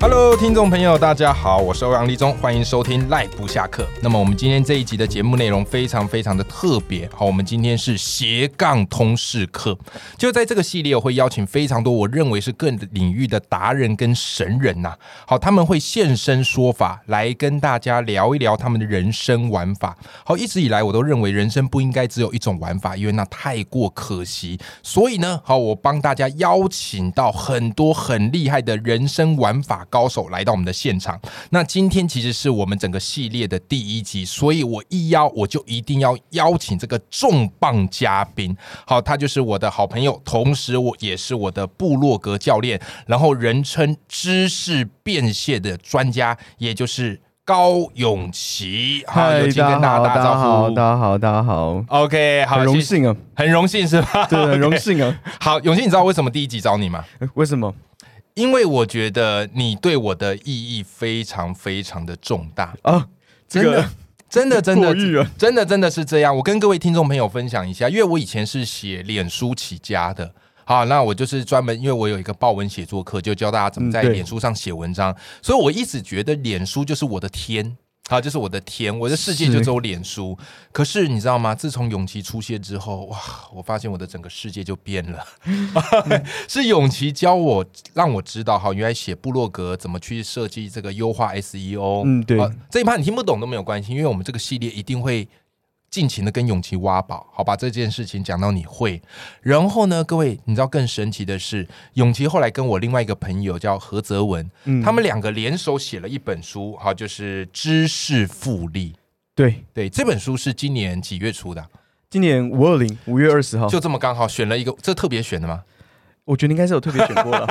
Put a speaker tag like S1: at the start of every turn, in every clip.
S1: Hello，听众朋友，大家好，我是欧阳立中，欢迎收听 Live 不下课。那么我们今天这一集的节目内容非常非常的特别，好，我们今天是斜杠通识课，就在这个系列我会邀请非常多我认为是各领域的达人跟神人呐、好，他们会现身说法来跟大家聊一聊他们的人生玩法。好，一直以来我都认为人生不应该只有一种玩法，因为那太过可惜。所以呢，好，我帮大家邀请到很多很厉害的人生玩法高手来到我们的现场。那今天其实是我们整个系列的第一集，所以我一邀我就一定要邀请这个重磅嘉宾。好，他就是我的好朋友，同时我也是我的部落格教练，然后人称知识变现的专家，也就是高永琪。好，有请跟大家打招
S2: 好，
S1: 呼
S2: 大。家好，大家好，
S1: OK，好，
S2: 很荣
S1: 谢谢，
S2: 幸啊，
S1: 很荣幸是吧？
S2: 对，很
S1: OK
S2: 荣幸啊。
S1: 好，永信，你知道为什么第一集找你吗？
S2: 诶为什么？
S1: 因为我觉得你对我的意义非常非常的重大，
S2: 啊，这
S1: 真的
S2: 个。
S1: 真的，真
S2: 过
S1: 的，
S2: 誉啊
S1: 真的，真的是这样。我跟各位听众朋友分享一下，因为我以前是写脸书起家的。好，那我就是专门，因为我有一个报文写作课，就教大家怎么在
S2: 嗯对
S1: 脸书上写文章，所以我一直觉得脸书就是我的天，好，就是我的天，我的世界
S2: 是
S1: 就只有脸书。可是你知道吗？自从永琪出现之后，哇，我发现我的整个世界就变了。 是永琪教我，让我知道，好，原来写部落格怎么去设计这个优化 E SEO。
S2: 嗯对
S1: 好啊这一趴你听不懂都没有关系，因为我们这个系列一定会尽情的跟永琪挖宝，好把这件事情讲到你会。然后呢，各位，你知道更神奇的是，永琪后来跟我另外一个朋友叫何泽文，
S2: 嗯
S1: 他们两个联手写了一本书，好，就是《知识复利》。
S2: 对，
S1: 对，这本书是今年几月出的啊、
S2: 今年五二零五月二十号，
S1: 就这么刚好选了一个，这特别选的吗？
S2: 我觉得应该是有特别选过了，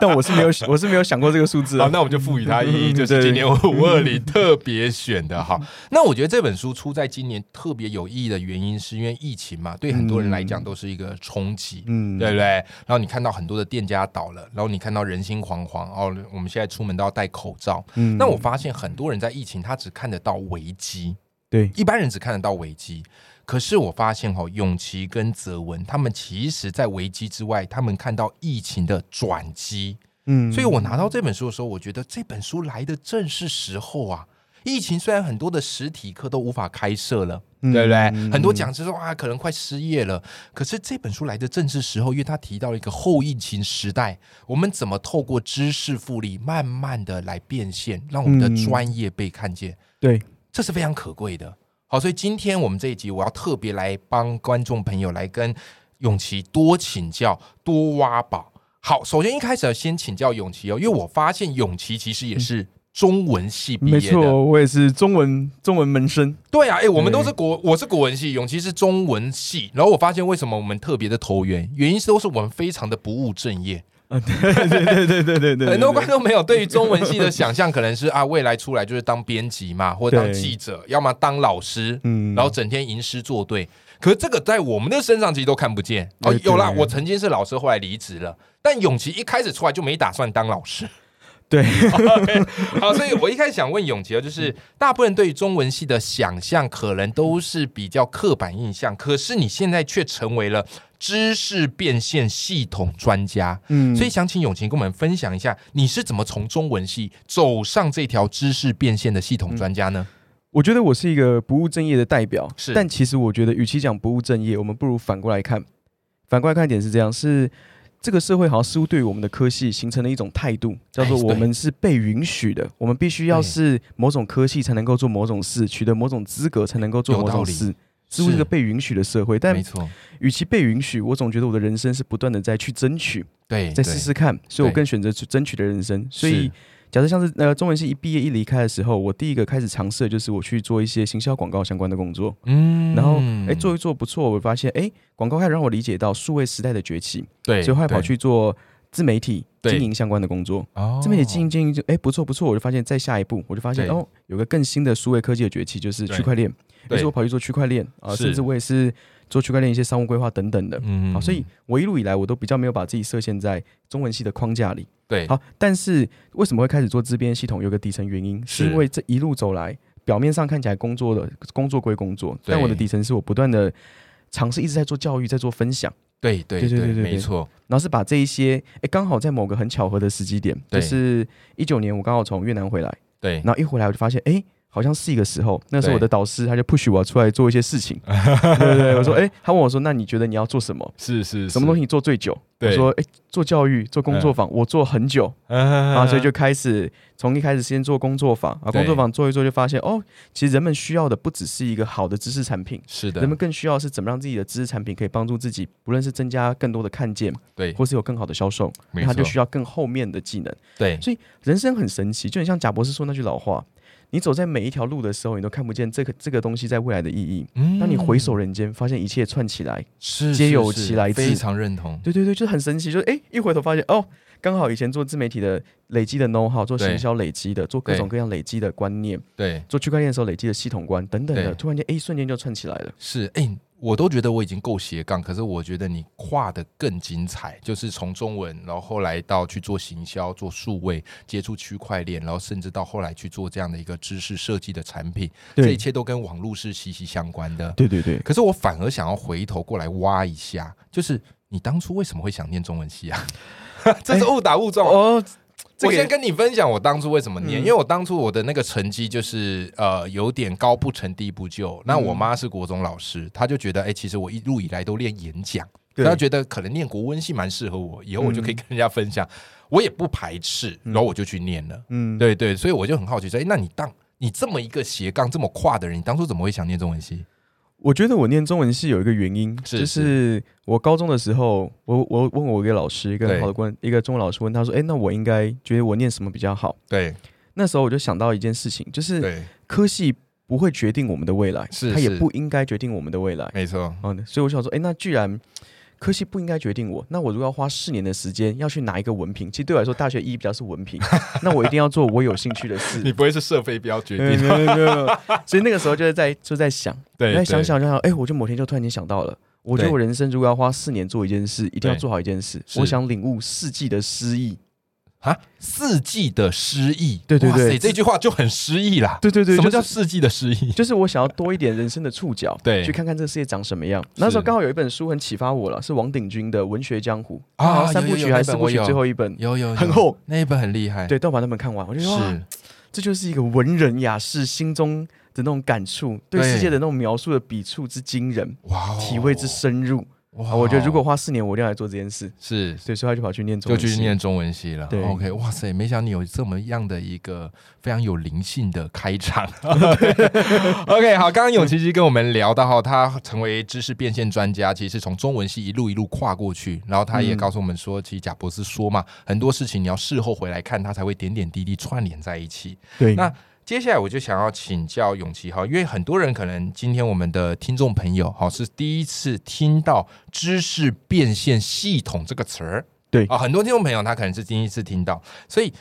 S2: 但我是没有，我是没有想过这个数字
S1: 好，
S2: 啊。
S1: 那我们就赋予它意义，
S2: 嗯
S1: 就是今
S2: 对嗯
S1: 年五二零特别选的哈。那我觉得这本书出在今年特别有意义的原因，是因为疫情嘛，对很多人来讲都是一个冲击。
S2: 嗯
S1: 对不对？然后你看到很多的店家倒了，然后你看到人心惶惶哦。我们现在出门都要戴口罩。
S2: 嗯
S1: 那我发现很多人在疫情，他只看得到危机，
S2: 对，
S1: 一般人只看得到危机。可是我发现哦，永琪跟泽文他们其实在危机之外，他们看到疫情的转机。
S2: 嗯
S1: 所以我拿到这本书的时候，我觉得这本书来的正是时候啊。疫情虽然很多的实体课都无法开设了，
S2: 嗯
S1: 对不对？
S2: 嗯
S1: 很多讲师说啊，可能快失业了。可是这本书来的正是时候，因为它提到了一个后疫情时代，我们怎么透过知识复利，慢慢的来变现，让我们的
S2: 嗯
S1: 专业被看见。
S2: 对，
S1: 这是非常可贵的。好，所以今天我们这一集，我要特别来帮观众朋友来跟永琪多请教、多挖宝。好，首先一开始要先请教永琪哦，因为我发现永琪其实也是中文系毕
S2: 嗯没
S1: 业的，
S2: 错，我也是中文中文门生。
S1: 对啊，哎、我们都是国，我是国文系，永琪是中文系。然后我发现为什么我们特别的投缘，原因是都是我们非常的不务正业，哎
S2: 啊，对对对对对对对，
S1: 很多观众朋友对于中文 系的想象可能是啊，未来出来就是当编辑嘛，或者当
S2: 对
S1: 记者，要么当老师，
S2: 嗯
S1: 然后整天吟诗作对。可是这个在我们的身上其实都看不见哦。
S2: 对
S1: 有啦，
S2: 对
S1: 我曾经是老师，后来离职了。但永琪一开始出来就没打算当老师，
S2: 对，
S1: 好，所以我一开始想问永琪啊，就是大部分人对于中文系的想象可能都是比较刻板印象，可是你现在却成为了知识变现系统专家，
S2: 嗯
S1: 所以想请永晴跟我们分享一下，你是怎么从中文系走上这条知识变现的系统专家
S2: 嗯
S1: 呢？
S2: 我觉得我是一个不务正业的代表，
S1: 是
S2: 但其实我觉得，与其讲不务正业，我们不如反过来看。反过来看一点是这样：是这个社会好像似乎对于我们的科系形成了一种态度，叫做
S1: 哎对
S2: 我们是被允许的，我们必须要
S1: 对
S2: 是某种科系才能够做某种事，取得某种资格才能够做
S1: 有
S2: 某
S1: 道
S2: 种
S1: 理
S2: 事，似乎是一个被允许的社会。但
S1: 没错，
S2: 与其被允许，我总觉得我的人生是不断的在去争取，
S1: 对，
S2: 再试试看，所以我
S1: 对
S2: 更选择去争取的人生。所以
S1: 是，
S2: 假设像是呃中文系一毕业一离开的时候，我第一个开始尝试的就是我去做一些行销广告相关的工作，
S1: 对，嗯
S2: 然后哎、诶做一做不错，我发现哎广告开始让我理解到数位时代的崛起，
S1: 对，
S2: 所以后来跑
S1: 对
S2: 去做自媒体
S1: 对
S2: 经营相关的工作。
S1: 哦
S2: 自媒体经营经营就哎不错不错，我就发现在下一步我就发现
S1: 对
S2: 哦有个更新的数位科技的崛起就是
S1: 对
S2: 区块链，于
S1: 对
S2: 是我跑去做区块链啊，
S1: 是
S2: 甚至我也是做区块链一些商务规划等等的。
S1: 嗯
S2: 好，所以我一路以来我都比较没有把自己设限在中文系的框架里。
S1: 对，
S2: 好，但是为什么会开始做自编系统？有个底层原因，
S1: 是
S2: 是因为这一路走来，表面上看起来工作的工作归工作，
S1: 对
S2: 但我的底层是我不断的尝试一直在做教育，在做分享，
S1: 对对
S2: 对对对对
S1: 没
S2: 对
S1: 错，
S2: 然后是把这一些，哎，刚好在某个很巧合的时机点，
S1: 对
S2: 就是一九年我刚好从越南回来，
S1: 对，
S2: 然后一回来我就发现，哎。好像是一个时候，那时候
S1: 对
S2: 我的导师他就 push 我出来做一些事情，对对对，我说，哎、他问我说，那你觉得你要做什么？
S1: 是是
S2: 什么东
S1: 西
S2: 西你做最久？我
S1: 对嗯
S2: 说，哎、做教育，做工作坊，我做很久，
S1: 啊
S2: 啊，所以就开始从一开始先做工作坊啊，
S1: 对
S2: 工作坊做一做就发现哦，其实人们需要的不只是一个好的知识产品，
S1: 是的
S2: 人，们更需要是怎么让自己的知识产品可以帮助自己，不论是增加更多的看见，
S1: 对，
S2: 或是有更好的销售，
S1: 没
S2: 那他
S1: 错
S2: 就，需要更后面的技能。
S1: 对，
S2: 所以人生很神奇，就很像贾博士说那句老话：你走在每一条路的时候，你都看不见这个这个东西在未来的意义。
S1: 嗯
S2: 当你回首人间，发现一切串起来，
S1: 是
S2: 皆
S1: 是
S2: 有
S1: 是
S2: 其来
S1: 非
S2: 自
S1: 常认同，
S2: 对对对，就是很神奇，就是哎，诶一回头发现哦，刚好以前做自媒体的累积的 know how，做
S1: 对
S2: 行销累积的，做各
S1: 对
S2: 种各样累积的观念，
S1: 对，
S2: 做区块链的时候累积的系统观等等的，
S1: 对
S2: 突然间哎，瞬间就串起来了。
S1: 是，哎、我都觉得我已经够斜杠，可是我觉得你跨的更精彩，就是从中文，然后后来到去做行销、做数位、接触区块链，然后甚至到后来去做这样的一个知识设计的产品，这一切都跟网络是息息相关的。
S2: 对对对，
S1: 可是我反而想要回头过来挖一下，就是你当初为什么会想念中文系 啊？这是误打误撞。
S2: 哦，这
S1: 我
S2: 个
S1: 先
S2: 也
S1: 跟你分享我当初为什么念，
S2: 嗯
S1: 因为我当初我的那个成绩就是呃有点高不成低不就。那我妈是国中老师，她就觉得哎、诶其实我一路以来都练演讲，
S2: 对
S1: 她觉得可能念国文系蛮适合我，以后我就可以跟人家分享，我也不排斥，然后我就去念了。
S2: 嗯，
S1: 对对，所以我就很好奇说，哎、那你当你这么一个斜杠这么跨的人，你当初怎么会想念中文系？
S2: 我觉得我念中文系有一个原因，
S1: 是
S2: 就是我高中的时候，我我问我一个老师，一个
S1: 对
S2: 很好的问一个中文老师问他说，哎，那我应该觉得我念什么比较好？
S1: 对
S2: 那时候我就想到一件事情，就是
S1: 对，
S2: 科系不会决定我们的未来，
S1: 是
S2: 它也
S1: 是
S2: 不应该决定我们的未来。
S1: 没错，
S2: 嗯，所以我想说，哎、那既然科系不应该决定我，那我如果要花四年的时间要去拿一个文凭，其实对我来说，大学一比较是文凭，那我一定要做我有兴趣的事。
S1: 你不会是射飞镖决
S2: 没有
S1: 定？
S2: 没有没有没有，所以那个时候就是在就在想，
S1: 对，
S2: 那
S1: 对
S2: 想想就想，嗯哎、我就某天就突然间想到了，我觉得
S1: 对
S2: 我人生如果要花四年做一件事，一定要
S1: 对
S2: 做好一件事，
S1: 是
S2: 我想领悟四季的诗意。
S1: 啊，四季的诗意，
S2: 对对
S1: 哇
S2: 对
S1: 塞这句话就很诗意啦。
S2: 对对对，
S1: 什么
S2: 就
S1: 叫
S2: 是
S1: 四季的诗意？
S2: 就是我想要多一点人生的触角，
S1: 对
S2: 去看看这个世界长什么样。那时候
S1: 是
S2: 刚好有一本书很启发我了，是王鼎钧的《文学江湖》
S1: 啊
S2: 好像三
S1: 有有
S2: 部曲
S1: 有
S2: 还
S1: 那
S2: 是四
S1: 本
S2: 部
S1: 我
S2: 曲
S1: 有
S2: 最后一本，
S1: 有有
S2: 很
S1: 有
S2: 厚，
S1: 那一本很厉害。
S2: 对，都把他们看完，我就觉得哇，
S1: 是，
S2: 这就是一个文人雅士心中的那种感触，对
S1: 对
S2: 世界的那种描述的笔触之惊人，
S1: 哇哦，
S2: 体会之深入。
S1: 哇
S2: 啊
S1: 哦，
S2: 我觉得如果花四年，我一定要来做这件事。
S1: 是
S2: 所以说他就跑去念中
S1: 就
S2: 文系，
S1: 去念中文系了
S2: 对。
S1: OK，哇塞，没想到你有这么样的一个非常有灵性的开 场。OK，好，刚刚永琪琪跟我们聊到哈，他成为知识变现专家，其实是从中文系一路一路跨过去，然后他也
S2: 嗯
S1: 告诉我们说，其实贾博士说嘛，很多事情你要事后回来看，它才会点点滴滴串联在一起。
S2: 对
S1: 那接下来我就想要请教永琪哈，因为很多人可能今天我们的听众朋友哈是第一次听到“知识变现系统”这个词儿，
S2: 对
S1: 啊，很多听众朋友他可能是第一次听到，所以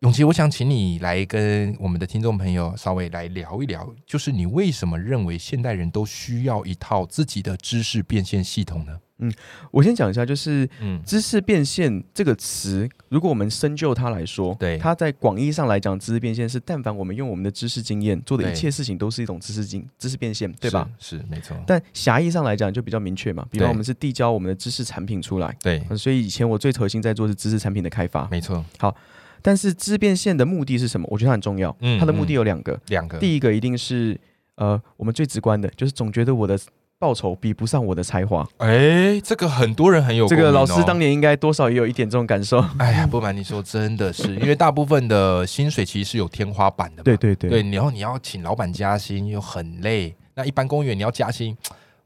S1: 永琪，我想请你来跟我们的听众朋友稍微来聊一聊，就是你为什么认为现代人都需要一套自己的知识变现系统呢？
S2: 我先讲一下，就是
S1: 嗯，
S2: 知识变现这个词，如果我们深究它来说，
S1: 对
S2: 它在广义上来讲，知识变现是但凡我们用我们的知识经验做的
S1: 对
S2: 一切事情，都是一种知识经知识变现，对吧？
S1: 是？是，没错，
S2: 但狭义上来讲就比较明确嘛，比
S1: 对
S2: 方我们是递交我们的知识产品出来，
S1: 对，
S2: 呃所以以前我最核心在做是知识产品的开发，
S1: 没错，
S2: 但是知识变现的目的是什么？我觉得它很重要，
S1: 嗯
S2: 它的目的有两个，
S1: 两个，
S2: 第一个一定是呃我们最直观的，就是总觉得我的报酬比不上我的才华，
S1: 哎，这个很多人很有
S2: 这个
S1: 共鸣
S2: 老
S1: 哦
S2: 师当年应该多少也有一点这种 感受，
S1: 哎呀，不瞒你说，真的是，因为大部分的薪水其实是有天花板的嘛。
S2: 对对对
S1: 对，然后你要请老板加薪又很累，那一般公务员你要加薪，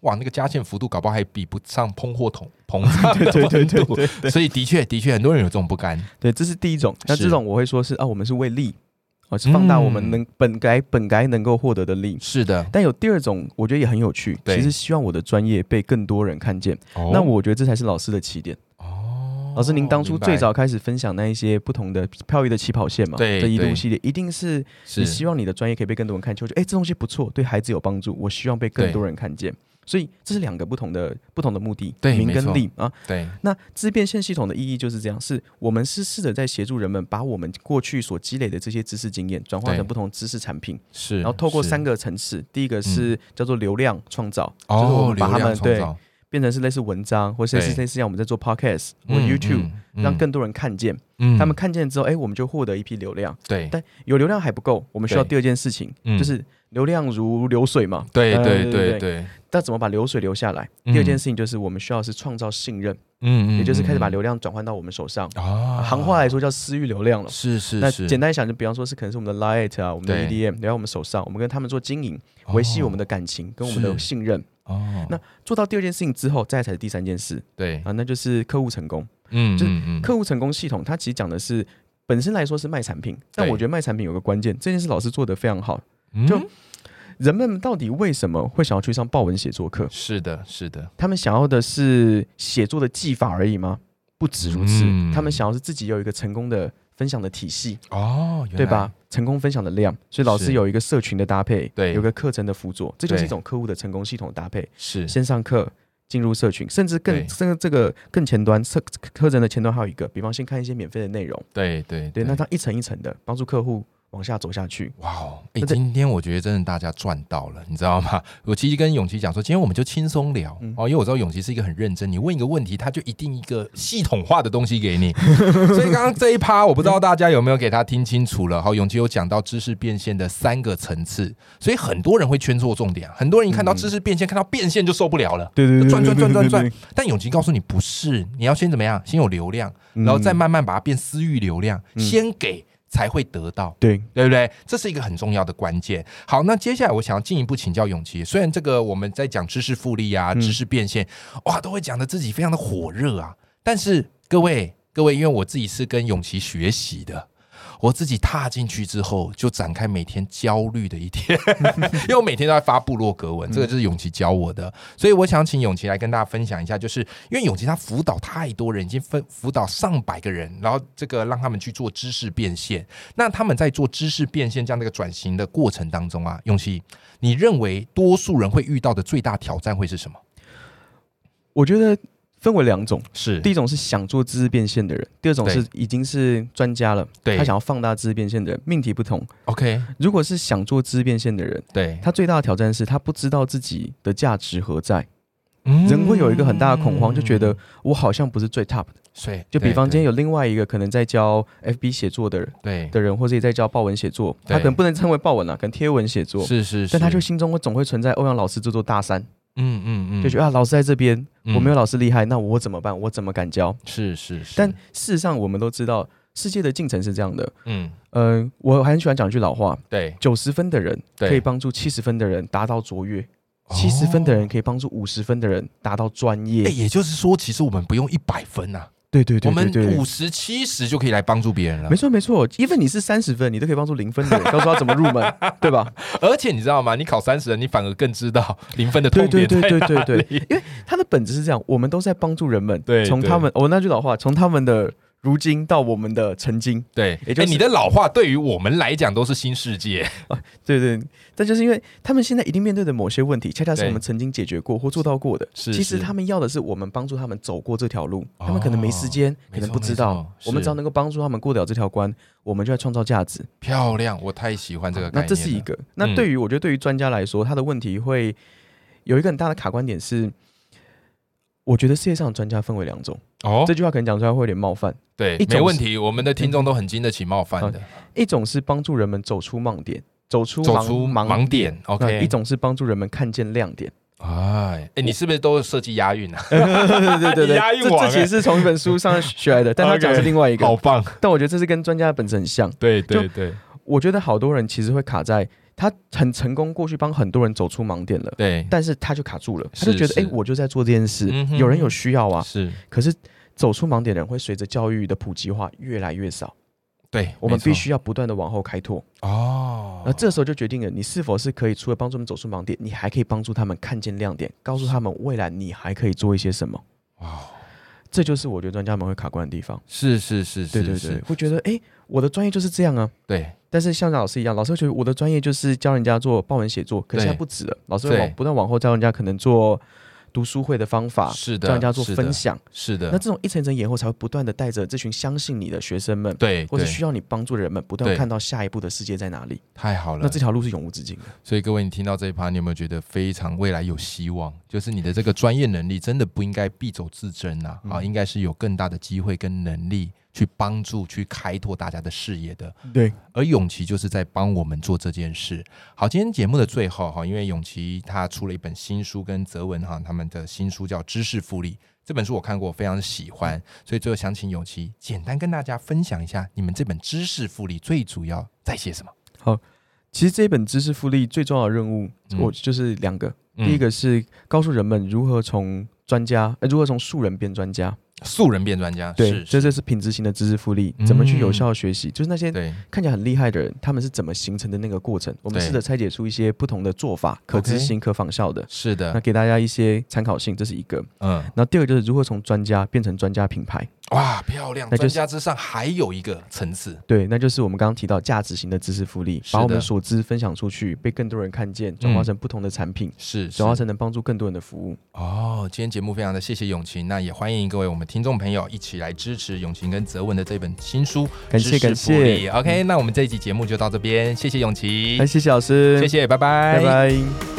S1: 哇，那个加薪幅度搞不好还比不上通货膨 膨胀的
S2: 对对
S1: 温
S2: 对
S1: 度
S2: 对对
S1: 所以的确的确，很多人有这种不甘。
S2: 对，这是第一种。那
S1: 是
S2: 这种我会说是啊，我们是为利，哦，是放大我
S1: 嗯
S2: 们能本该本该能够获得的利。
S1: 是的，
S2: 但有第二种，我觉得也很有趣，
S1: 对
S2: 其实希望我的专业被更多人看见。那
S1: 哦
S2: 我觉得这才是老师的起点。
S1: 哦，哦
S2: 老师，您当初
S1: 明白
S2: 最早开始分享那一些不同的漂移的起跑线嘛，
S1: 对
S2: 这一
S1: 对
S2: 路系列，一定是你
S1: 是
S2: 希望你的专业可以被更多人看见，就哎、这东西不错，对孩子有帮助，我希望被更多人看见。所以这是两个不同的不同的目的，
S1: 对
S2: 名
S1: 没错
S2: 跟利啊。
S1: 对
S2: 那自变现系统的意义就是这样，是我们是试着在协助人们把我们过去所积累的这些知识经验转化
S1: 对
S2: 成不同知识产品，
S1: 是，
S2: 然后透过
S1: 是嗯
S2: 三个层次，第一个是叫做流量创造，就是我
S1: 哦，
S2: 们把
S1: 流
S2: 他
S1: 量
S2: 们
S1: 创
S2: 对
S1: 造，
S2: 变成是类似文章，或是类似
S1: 对
S2: 类似像我们在做 podcast 或
S1: 嗯
S2: YouTube，、
S1: 嗯嗯
S2: 让更多人看见。
S1: 嗯
S2: 他们看见之后，哎、我们就获得一批流量。
S1: 对
S2: 但有流量还不够，我们需要
S1: 对
S2: 第二件事情，
S1: 嗯
S2: 就是流量如流水嘛。
S1: 对
S2: 呃
S1: 对
S2: 对
S1: 对
S2: 对
S1: 对，
S2: 那怎么把流水留下来？
S1: 嗯
S2: 第二件事情就是我们需要是创造信任，
S1: 嗯
S2: 也就是开始把流量转换到我们手上。
S1: 啊
S2: 行话来说叫私域流量了。
S1: 是是
S2: 那
S1: 是，
S2: 简单想，就比方说是可能是我们的 Lite 啊，我们的
S1: 对
S2: EDM 留在我们手上，我们跟他们做经营，维系我们
S1: 的
S2: 的感情跟我们的
S1: 是
S2: 信任。
S1: 哦，
S2: 那做到第二件事情之后，再才是第三件事
S1: 对，
S2: 啊，那就是客户成功。
S1: 嗯
S2: 就是
S1: 嗯嗯
S2: 客户成功系统，它其实讲的是本身来说是卖产品，但
S1: 对
S2: 我觉得卖产品有个关键，这件事老师做得非常好。
S1: 嗯
S2: 就人们到底为什么会想要去上报文写作课？
S1: 是的是的，
S2: 他们想要的是写作的技法而已吗？不止如此，
S1: 嗯
S2: 他们想要是自己有一个成功的分享的体系，
S1: 哦，原
S2: 对
S1: 来
S2: 吧？？成功分享的量，所以老
S1: 是
S2: 师有一个社群的搭配，
S1: 对
S2: 有个课程的辅佐，这就是
S1: 对
S2: 一种客户的成功系统的搭配。
S1: 是
S2: 先上课进入社群，甚至
S1: 对
S2: 更甚至这个更前端社课程的前端还有一个，比方先看一些免费的内容。
S1: 对对
S2: 对，那它一层一层的帮助客户往下走下去。
S1: 哇哦！哎，
S2: 那这
S1: 今天我觉得真的大家赚到了，你知道吗？我其实跟永琪讲说，今天我们就轻松聊、
S2: 嗯
S1: 哦，因为我知道永琪是一个很认真，你问一个问题，他就一定一个系统化的东西给 你。所以刚刚这一趴，我不知道大家有没有给他听清楚了。好，永琪有讲到知识变现的三个层次，所以很多人会圈错重点，啊很多人一
S2: 嗯
S1: 看到知识变现，看到变现就受不了了。
S2: 对
S1: 对转转转转转，但永琪告诉你不是，你要先怎么样？先有流量，
S2: 嗯
S1: 然后再慢慢把它变私域流量，先给才会得到。
S2: 对，
S1: 对不对？这是一个很重要的关键。好，那接下来我想要进一步请教永琪，虽然这个我们在讲知识复利啊、知识变现，哇，都会讲的自己非常的火热啊，但是各位各位，因为我自己是跟永琪学习的。我自己踏进去之后，就展开每天焦虑的一天，因为我每天都在发部落格文，这个就是永琪教我的。所以我想请永琪来跟大家分享一下，就是因为永琪他辅导太多人，已经分辅导上百个人，然后这个让他们去做知识变现。那他们在做知识变现这样的一个转型的过程当中啊，永琪，你认为多数人会遇到的最大挑战会是什么？
S2: 我觉得分为两种，
S1: 是
S2: 第一种是想做知识变现的人，第二种
S1: 对
S2: 是已经是专家了，
S1: 对
S2: 他想要放大知识变现的人，命题不同。
S1: OK，
S2: 如果是想做知识变现的人，
S1: 对，
S2: 他最大的挑战是他不知道自己的价值何在，
S1: 嗯
S2: 人会有一个很大的恐慌，就觉得我好像不是最 top 的。
S1: 对，
S2: 就比方今
S1: 对
S2: 天有另外一个可能在教 FB 写作的人
S1: 对
S2: 的人，或者也在教报文写作，他
S1: 对
S2: 可能不能称为报文了，啊可能贴文写作，
S1: 是是是，
S2: 但他就心中会总会存在欧阳老师这座大山，
S1: 嗯嗯嗯，
S2: 就觉得啊，老师在这边，
S1: 嗯
S2: 我没有老师厉害，那我怎么办？我怎么敢教？
S1: 是是是，
S2: 但事实上，我们都知道世界的进程是这样的。
S1: 嗯
S2: 嗯、我很喜欢讲一句老话：
S1: 对
S2: 九十分的人
S1: 对哦
S2: 可以帮助七十分的人达到卓越，七十分的人可以帮助五十分的人达到专业。
S1: 哎、也就是说，其实我们不用一百分啊，
S2: 对对对
S1: 我
S2: 对对
S1: 们五十啊七十就可以来帮助别人了
S2: 没。错没错，even 你是三十分，你都可以帮助零分的 人，告诉他怎么入门，对吧？
S1: 而且你知道吗？你考三十人，你反而更知道零分的 痛
S2: 对
S1: 点
S2: 对对
S1: 在
S2: 对
S1: 哪
S2: 对对，
S1: 里。
S2: 因为它的本质是这样，我们都在帮助人们，
S1: 对
S2: 从
S1: 对
S2: 他们，我、那句老话，从他们的如今到我们的曾经，
S1: 对，哎、
S2: 也就是
S1: 你的老话对于我们来讲都是新世界。
S2: 对对，但就是因为他们现在一定面对的某些问题，恰恰是
S1: 对
S2: 我们曾经解决过或做到过的。
S1: 是
S2: 其实
S1: 是
S2: 他们要的是我们帮助他们走过这条路，他们可能没时间，
S1: 哦没
S2: 可能
S1: 错
S2: 不
S1: 没
S2: 知道
S1: 错，
S2: 我们
S1: 是
S2: 只要能够帮助他们过得了这条关，我们就在创造价值。
S1: 漂亮，我太喜欢这个概念
S2: 那
S1: 了。啊嗯
S2: 这是一个。那对于、我觉得，对于专家来说，他的问题会有一个很大的卡观点是。我觉得世界上的专家分为两种，
S1: 哦
S2: 这，句话可能讲出来会有点冒犯。
S1: 对
S2: 一，种嗯
S1: 没问
S2: 是
S1: 题，我们的听众都很经得起冒犯的，
S2: 一种是帮助人们走出盲点，走出
S1: 走
S2: 盲
S1: 出
S2: 盲
S1: 盲点。
S2: 那
S1: OK，
S2: 一种是帮助人们看见亮点。
S1: 哎，哎，你是不是都设计押韵啊？
S2: 对对对对，
S1: 押韵
S2: 这
S1: 王
S2: 这其
S1: 欸
S2: 实是从一本书上学来的，但他讲的是另外一个。
S1: 棒！
S2: 但我觉得这是跟专家的本质很像。
S1: 对
S2: 对
S1: 对
S2: 我觉得好多人其实会卡在他很成功，过去帮很多人走出盲点了，
S1: 对，
S2: 但是他就卡住了，
S1: 是
S2: 他就觉得
S1: 是
S2: 哎、诶我就在做这件事
S1: 嗯哼，
S2: 有人有需要啊。
S1: 是，
S2: 可是走出盲点的人会随着教育的普及化越来越少，
S1: 对，
S2: 我们
S1: 没错
S2: 必须要不断的往后开拓。
S1: 哦
S2: 那。这时候就决定了你是否是可以除了帮助他们走出盲点，你还可以帮助他们看见亮点，告诉他们未来你还可以做一些什么。
S1: 哇，
S2: 这就是我觉得专家们会卡关的地方。
S1: 是是是是
S2: 对对对
S1: 是，，
S2: 会觉得哎，诶我的专业就是这样啊。
S1: 对
S2: 但是像老师一样，老师会觉得我的专业就是教人家做报文写作，可
S1: 对
S2: 是现在不止了，老师会往
S1: 对
S2: 不断往后教人家可能做读书会的方法，
S1: 是的，
S2: 教人家做
S1: 是的
S2: 分，享。
S1: 是的，
S2: 那这种一层一层延后，才会不断的带着这群相信你的学生们，
S1: 对
S2: 或者
S1: 对，
S2: 需要你帮助的人们，不断
S1: 对
S2: 看到下一步的世界在哪里。
S1: 太好
S2: 那
S1: 了
S2: 这。条路是永无止境的。
S1: 所以各位，你听到这一趴，你有没有觉得非常未来有希望？就是你的这个专业能力真的不应该敝帚自珍呐、啊，
S2: 嗯
S1: 应该是有更大的机会跟能力去帮助、去开拓大家的视野的。
S2: 对，
S1: 而永琪就是在帮我们做这件事。好，今天节目的最后哈，因为永琪他出了一本新书，跟泽文哈他们的新书叫《知识复利》，这本书我看过，我非常喜欢，所以最后想请永琪简单跟大家分享一下你们这本《知识复利》最主要在写什么。
S2: 其实这一本知识复利最重要的任务，
S1: 嗯
S2: 我就是两个，
S1: 嗯
S2: 第一个是告诉人们如何从专家，呃，如何从素人变专家。
S1: 素人变专家，
S2: 对，
S1: 是
S2: 这
S1: 是
S2: 这是品质型的知识复利，怎么去有
S1: 嗯
S2: 效地学习，就是那些
S1: 对
S2: 看起来很厉害的人，他们是怎么形成的那个过程？我们
S1: 对
S2: 试着拆解出一些不同的做法，可执行、可仿效的，
S1: 是
S2: 那
S1: 的，
S2: 给大家一些参考性，这是一个。
S1: 嗯，
S2: 然后第二个就是如何从专家变成专家品牌，
S1: 哇，漂亮！
S2: 那就
S1: 专
S2: 是
S1: 家之上还有一个层次，
S2: 对，那就是我们刚刚提到价值型的知识复利，
S1: 是的
S2: 把我们所知分享出去，被更多人看见，转化成不同的产品，
S1: 是是
S2: 转化成能帮助更多人的服务。
S1: 哦，今天节目非常的谢谢永晴，那也欢迎各位我们听众朋友一起来支持永晴跟泽文的这本新书，
S2: 感
S1: 知
S2: 谢感
S1: 识复利
S2: 谢，
S1: OK，那我们这一集节目就到这边，谢谢永琪
S2: 哎，，谢谢老师，
S1: 谢，谢，拜拜，
S2: 拜拜